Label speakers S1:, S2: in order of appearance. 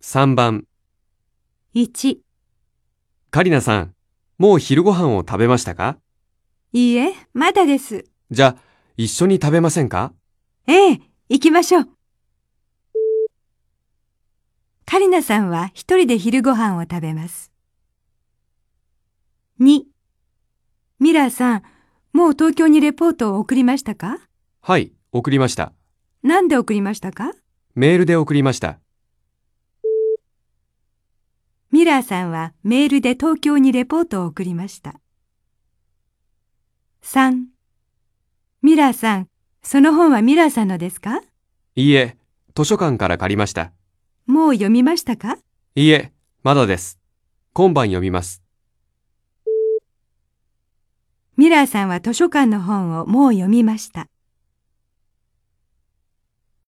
S1: 3番、
S2: 1、
S1: カリナさん、もう昼ご飯を食べましたか
S2: いいえ、まだです。
S1: じゃあ、一緒に食べませんか
S2: ええ、行きましょう。カリナさんは一人で昼ご飯を食べます。2、ミラーさん、もう東京にレポートを送りましたか
S1: はい、送りました。
S2: なんで送りましたか
S1: メールで送りました。
S2: ミラーさんはメールで東京にレポートを送りました。3、ミラーさん、その本はミラーさんのですか
S1: いいえ、図書館から借りました。
S2: もう読みましたか
S1: いいえ、まだです。今晩読みます。
S2: ミラーさんは図書館の本をもう読みました。